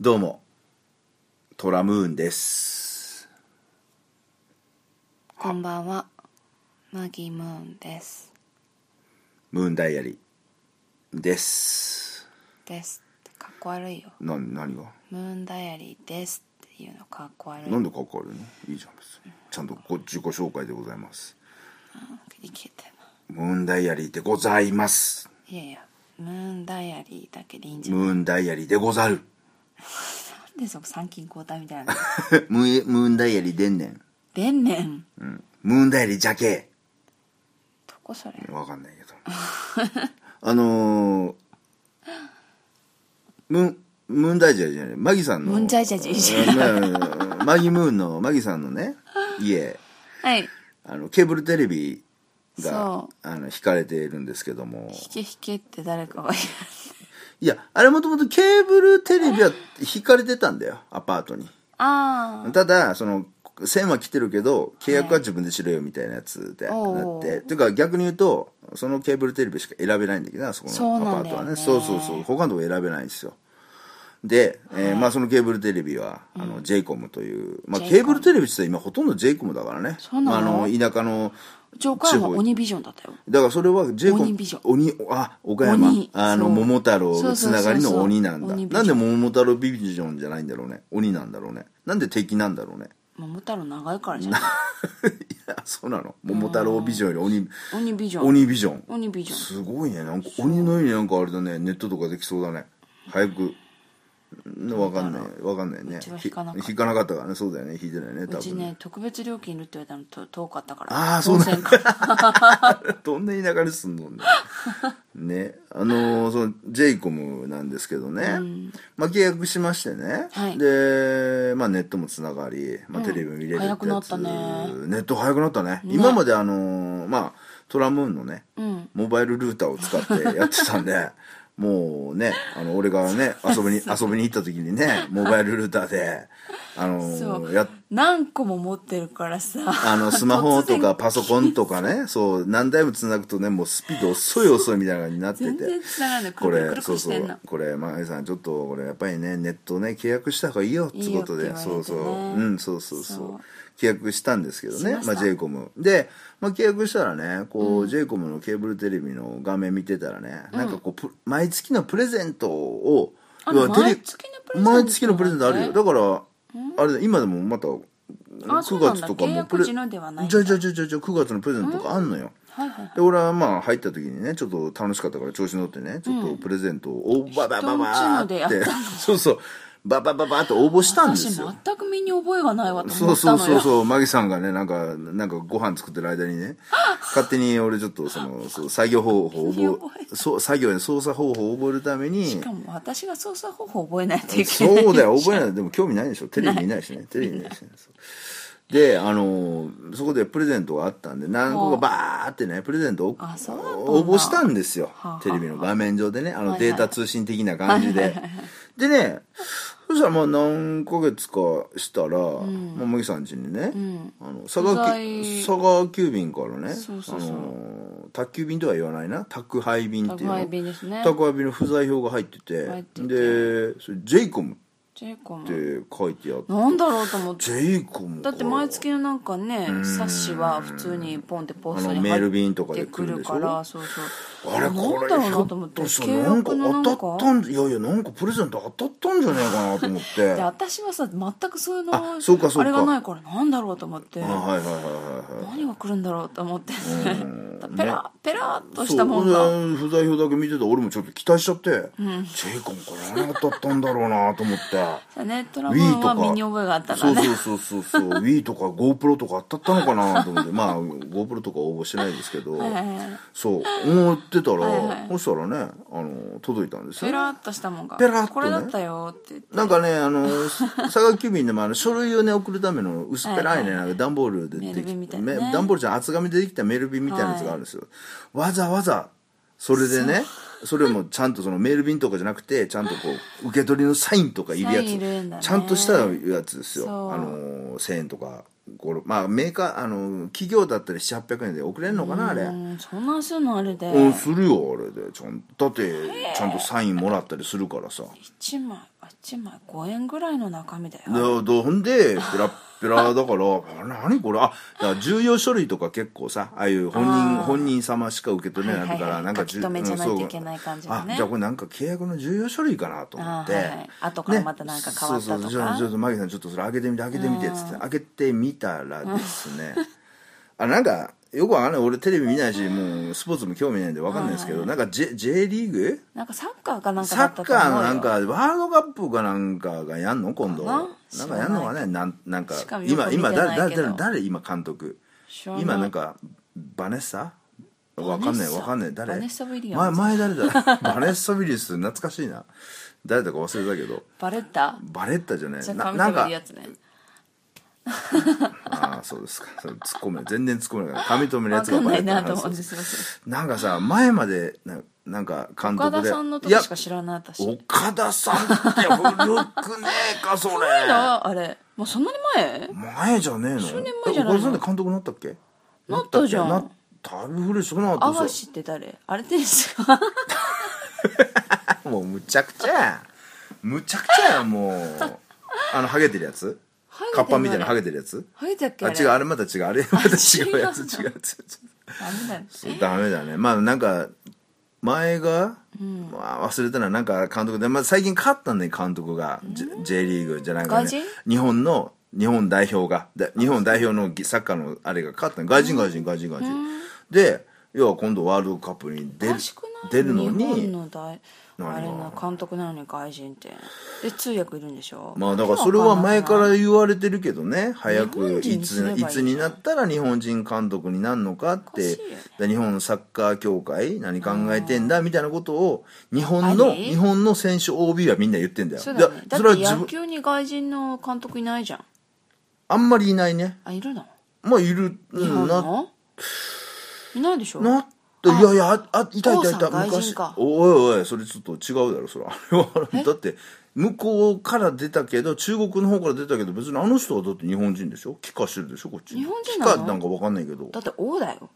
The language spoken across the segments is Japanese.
どうもトラムーンですこんばんは、マギムーンです。ムーンダイアリーですですってかっこ悪いよ。な何がムーンダイアリーですっていうのかっこ悪い。なんでかっこ悪いのいいじゃん別にちゃんとご自己紹介でございますいけてなムーンダイアリーでございますい。いやいや、ムーンダイアリーだけでいいんじゃない。ムーンダイアリーでござるなんでそこ参勤交代みたいなの。 ムームーンダイアリーでんねん、でんねん。うん、ムーンダイアリーじゃけどこそれ。わかんないけど あのー、ムンムーンダイジャーじゃないマギさんのムンジャイジャーじゃうんうんマギムーンのマギさんの ね家はい。あのケーブルテレビがそあの引かれているんですけどもひけひけって誰かが言う。いやあれもともとケーブルテレビは引かれてたんだよアパートにあただその線は来てるけど契約は自分でしろよみたいなやつでなおうっおうてていうか逆に言うとそのケーブルテレビしか選べないんだけどなそこそうのなアんパートだよはねねそうそうそう他のとこ選べないんですよで、えーまあ、そのケーブルテレビは、あの JCOM という、まあ、 JCOM ケーブルテレビって言ったら今ほとんど JCOM だからねそうなのまあ、あの田舎のあ。ジョーカーは鬼ビジョンだったよ。だからそれは J 鬼ビジョン鬼あ岡山鬼あのそう桃太郎つながりそうそうそうそのう鬼なんだ鬼ビジョンなんで桃太郎ビジョンじゃないんだろうね鬼なんだろうねなんで敵なんだろうね桃太郎長いからじゃない。いやそうなの桃太郎ビジョンより鬼鬼ビジョン。鬼ビジョン鬼ビジョン。すごいねなんか鬼のようになんかあれだねネットとかできそうだね早く分かんない分かんないねうちは引かなかったひ引かなかったからねそうだよね引いてないねう多ち分ねね、特別料金いるって言われたのと遠かったから。ああそうなんだ温泉から どんな田舎に住ん どんだねあのーその j イコムなんですけどね、まあ、契約しましてね、はいで、まあ、ネットもつながり、まあ、テレビも見れるってやつ、早くなったねネット早くなったね今まであのーまあトラムーンのね、うん。モバイルルーターを使ってやってたん でもうねあの俺がね遊びに遊びに行った時にねモバイルルーターであのーそうやっ何個も持ってるからさあの、スマホとか突然パソコンとかね、そう、何台も繋ぐとね、もうスピード遅い遅いみたいな感じになって全て然。繋がらないくこるくるれ、くるそうそしてんうの、これ、まあ、さん、ちょっと、これ、やっぱりね、ネットね、契約した方がいいよ、ってこといいで、よって言そわうれてそねう、うん、そうそうそそうう。契約したんですけどね、しままあ、した JCOM。で、まあ、契約したらね、こう、JCOM のケーブルテレビの画面見てたらね、なんかこう、プ毎月のプレゼントを、あ要はテレ毎月のプレゼント毎月のプレゼントあるなよ。んてだから、あれだ、今でもまた、あそうなんだ契約じ時ゃのではないんだじゃじゃじゃじゃ9月のプレゼントとかあんのよはいはいで俺はまあ入った時にねちょっと楽しかったから調子乗ってねちょっとプレゼントをおばばばばー人んちのでやっってた そうそうばばばばーって応募したんです私よ全く身に覚えがないわとそ思うったそうのそうよそうマギさんがねなんかなんかご飯作ってる間に ね勝手に俺ちょっとそのそう作業方法を身に覚覚ええそう作業や操作方法を覚えるためにしかも私が操作方法覚えないといけないそうだ よ覚えないでも興味ないでしょテレビ見ないしねテレビ見ないしねそうであのーそこでプレゼントがあったんで何個かバーってねプレゼントを応あそうだったんだ募したんですよはあはあテレビの画面上でねあのはいはいデータ通信的な感じででねそしたらまあ何ヶ月かしたらまあ麦さん家にねんあの佐川不急在佐川急便からねそうあそうそうのー宅急便とは言わないな宅配便っていう宅配の便ですね宅配便の不在表が入ってて入っててでそれ j イコムジェイコっムて書いてあってなんだろうと思って j コムだって毎月のなんかね冊子は普通にポンってポストにあのメール入便とかっでて来くるんでるしょからそうそうあれこれなんだろうなと思ってひょっとした契らなんか約のなん当たっかたんいやいやなんかプレゼント当たったんじゃねえかなと思 ってであ私はさ全くそういうのあそうかそうかあれがないからなんだろうと思ってはいはいはいはいはい何が来るんだろうと思って、 ペラペラっとしたもんそうが俺不在表だけ見てた俺もちょっと期待しちゃって、ジェイコムこれ何当たったんだろうなと思 ってねトラム Wii ーンとはか身に覚えがあったかそらうねそうそうそうそう Wii とか GoPro とか当たったのかなと思ってまあ GoPro とか応募してないですけどはいはいはいそう思ってたら、はいはいそしたらねあの届いたんですよ ペラっとしたもんがペラっとねこれだったよって言ってなんかね、あ の、佐賀急便でもあの書類をね、送るための薄っぺらいね、なんか段ボールででメルきビみたいなめね段ボールじゃん厚紙でできたメルビみたいなやつがあるんですよ。わざわざ、それでね、それもちゃんとそのメール便とかじゃなくて、ちゃんとこう、受け取りのサインとかいるやサインいるんだつ、ねちゃんとしたやつですよ。そうあの、1000円とか頃まあメーカーあの企業だったら700800円で送れんのかなあれうんそんなんするのあれでうんするよあれでちゃんだってちゃんとサインもらったりするからさ1枚1枚5円ぐらいの中身だよでどほんでペラッペラだからあ何これあだから重要書類とか結構さああいう本人あー本人様しか受け取れないはいはいかはいらなんか書き留めじゃないといけない感じのねあじゃあこれなんか契約の重要書類かなと思ってあーはいはい後からまたなんか変わったとかね、そうそうちょちょっとマギさんちょっとそれ開けてみて開けてみてっつって開けてみたらですねあなんかよくわかんない俺テレビ見ないしもうスポーツも興味ないんでわかんないですけどなんか J, J リーグなんかサッカーかなんかだサったッとカ思うーのよなんかワールドカップかなんかがやんの今度かななんかやんのかねなんなんかしかもよく今今見て誰ない誰けど誰誰今監督知らい今なんかバネッサわかんないバネッサわかんない誰バネッサウィリア前ムズ前誰だ バネッサ・ウィリス懐かしいな誰だか忘れたけどバレたバレッタじゃないじゃあな髪な留んめかるやつねああそうですか それ突っ込めない全然突っ込めないから髪留めるやわつかがんバレなッタいのなと話思うんでですすがそなんかさ前までななんか監う岡督田でさんのといこやしか知らなかったし岡田さんって古くねえかそれああれもうそんなに前前じゃねえの数年前じゃない岡の田さんって監督になったっけなったじゃんなっっけな旅古いそんなアのあワったシって誰あれですかさ もうむちゃくちゃやむちゃくちゃやもうあのハゲてるやつ ハゲてんのカッパみたいなハゲてるやつハゲたっけああれ違うあれまた違うあれまた違うやつ違う違うの違う違うダメだよそうダメだねまあなんか前が、まあ、忘れたななんか監督で、まあ、最近勝ったんだよ監督が、J- J リーグじゃないか、ね外人、日本の日本代表がだ日本代表のぎサッカーのあれが勝ったの外人外人外人外人、で要は今度ワールドカップに出おるかしくない出るの日本にの大何があれの監督なのに外人ってで通訳いるんでしょまあだからそれは前かわんなくないら言われてるけどね早日く本人いにつすればいいいつになったら日本人監督になるのかっおかしていよねで日本サッカー協会何考えてんだみたいなことを日本のあり日本の選手 OB はみんな言ってんだよそうだいねやだそれはって自野分球に外人の監督いないじゃんあんまりいないねあいるのまあいる、う日ん、本なのいないでしょなっていやいやああいたいたい父さたん外昔人かおいおいそれちょっと違うだろそれあれはだって向こうから出たけど中国の方から出たけど別にあの人はだって日本人でしょ帰化してるでしょこっちに日本人帰なの化なんか分かんないけどだって王だよ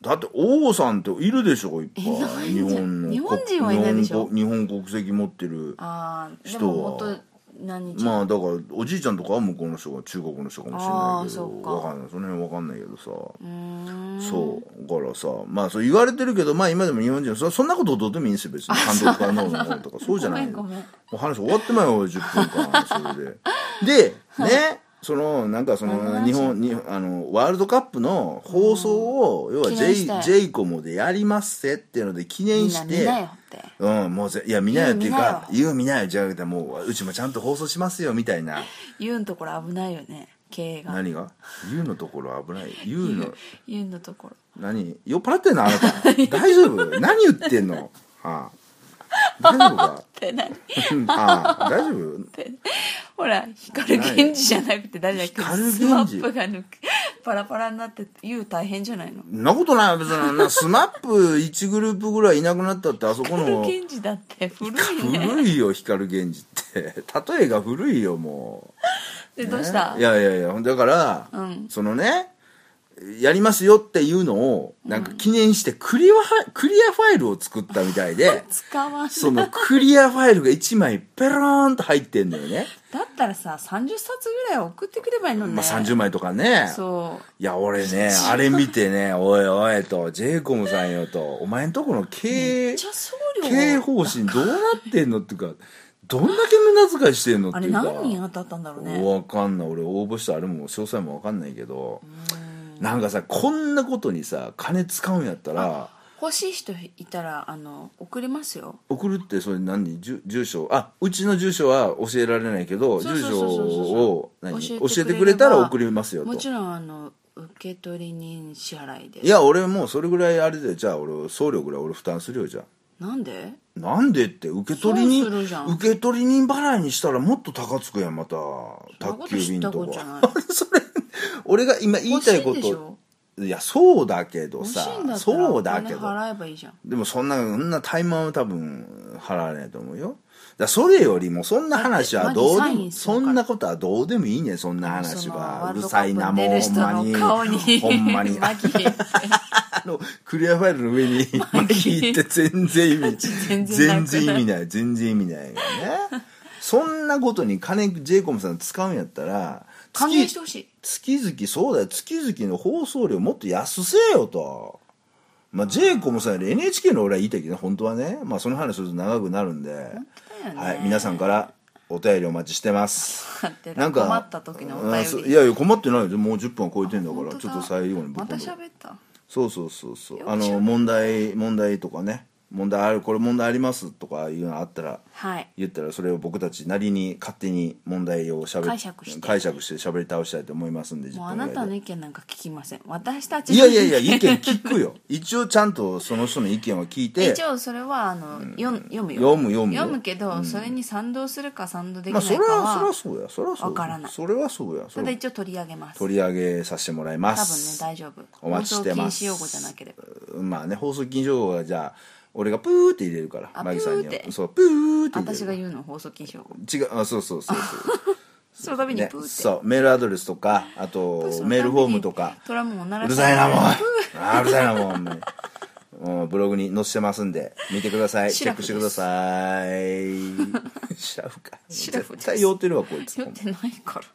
だって王さんっているでしょいっぱい日本の日本人はいないでしょ日本国日本国籍持ってるああで人はももっと何日、まあだからおじいちゃんとかは向こうの人が中国の人かもしれないけあーそどっかわかんないその辺わかんないけどさうーんそうだからさまあそう言われてるけどまあ今でも日本人そそんなことどうでもいいんですよ別に監督からのものとかそうじゃないのごめんごめんもう話終わってまいよ10分間それ ででねそのなんかその日本にあのワールドカップの放送を、要は記 J, 念して J コモでやりますせっていうので記念みんしなて見なよってうん、もうぜいや見ないよっていうか「言言う見ないよ」じゃなくてもううちもちゃんと放送しますよみたい なユンのところ危ないよね経営が何が「言うのところ危ない」「言うのユンのところ何酔っ払ってんのあなた 大丈夫何言ってんの、はあ、大丈夫か、って何はあ、大丈夫ほら光源氏じゃなくて誰だっけ光源氏スマップが抜けパラパラになってユウ大変じゃないのそんなことない別になスマップ1グループぐらいいなくなったってあそこ光 の源氏だって古いね古いよ光源氏って例えが古いよもう。でどうした、ねいやいやいやだから、そのねやりますよっていうのをなんか記念してクリアファイクリアファイルを作ったみたい で使わんそのクリアファイルが1枚ペローンと入ってんだよね、だったらさ30冊ぐらい送ってくればいいのにまね、あ、30枚とかねそういや俺ねあれ見て ね「おいおい」と「j イコムさんよ」と「お前んとこの経営めっちゃ送料経営方針どうなってんの?」っていうかどんだけ無駄遣いしてんのってあいれうか何人当たったんだろうねわかんない俺応募したあれも詳細もわかんないけどなんかさこんなことにさ金使うんやったら欲しい人いたらあの送りますよ送るってそれ何住住所あうちの住所は教えられないけどそう住そう所そうそうを何教教えてくれればえてくれたら送りますよともちろんあの受取人支払いでいや俺もうそれぐらいあれでじゃあ俺送料ぐらい俺負担するよじゃあなんでなんでって受取人損するじゃん受取人払いにしたらもっと高つくやんまたそんな宅こと急知っ便たとことじゃかない それ俺が今言いたいこ欲しでしとょいやそうだけど欲しさいんだったらそおうだ金けど払えばいいじゃんでもそんな、そんなタイマーは多分払われないと思うよ。だからそれよりもそんな話はどうだっでてマジサイも、そンするからんなことはどうでもいいねんそんな話そのは。ワうールるドカさいな、ップもう、にほ出る人んまに。の顔 にほん まに。あ紛れての、クリアファイルの上に、マギって全然意味、 全然な全くな然意い味ない、全然意味ないよね。そんなことに金、ジェイコムさん使うんやったら、還月元してほしい月々そうだよ月々の放送料もっと安せよとまあ J コムさんより NHK の俺は言いたいけどね本当はねまあその話すると長くなるんで、当だよねはい皆さんからお便りお待ちしてます待ってなんか困った時のおうんそ便うりいやいや困ってないよもう10分は超えてんだか本ら当だちょっと最後に僕また今度喋ったそうそうそうそうよくあ喋のる問題問題とかね問題あるこれ問題ありますとかいうのあったらはい言ったらそれを僕たちなりに勝手に問題をしゃべ解釈して解釈して喋り倒したいと思いますんで10もう分あぐらないでたの意見なんか聞きません私たちいやいやいや、意意見聞くよ。 一応ちゃんとその人の意見は聞いて、 一応それはあの、よん読読むむよ読むよ読むけど、それに賛同するか賛同できまなあいかそは,、れは、それはそうや。それはそうや。わからないそれはそうや。そただれ一応取り上げます多分取り上げさせてもらいまねす。大丈夫お待ちしてます放送禁止用語じゃなければまあね、放送禁止用語はじゃあ、俺がプーって入れるから、あマギさんにプーっは。てそう、プーって入れる。私が言うの放送禁止用語違う、あそうそうそうそ う。そのためにねプーって、そう、メールアドレスとか、あとそのためにメールフォームとか。トラムを鳴うらるしさたいなもう あーうるさいなもうほんまにもうブログに載せてますんで見てくださいチシェラックフでしすてくださいシラフかシラフ絶です対酔ってるわこいつ 酔ってないから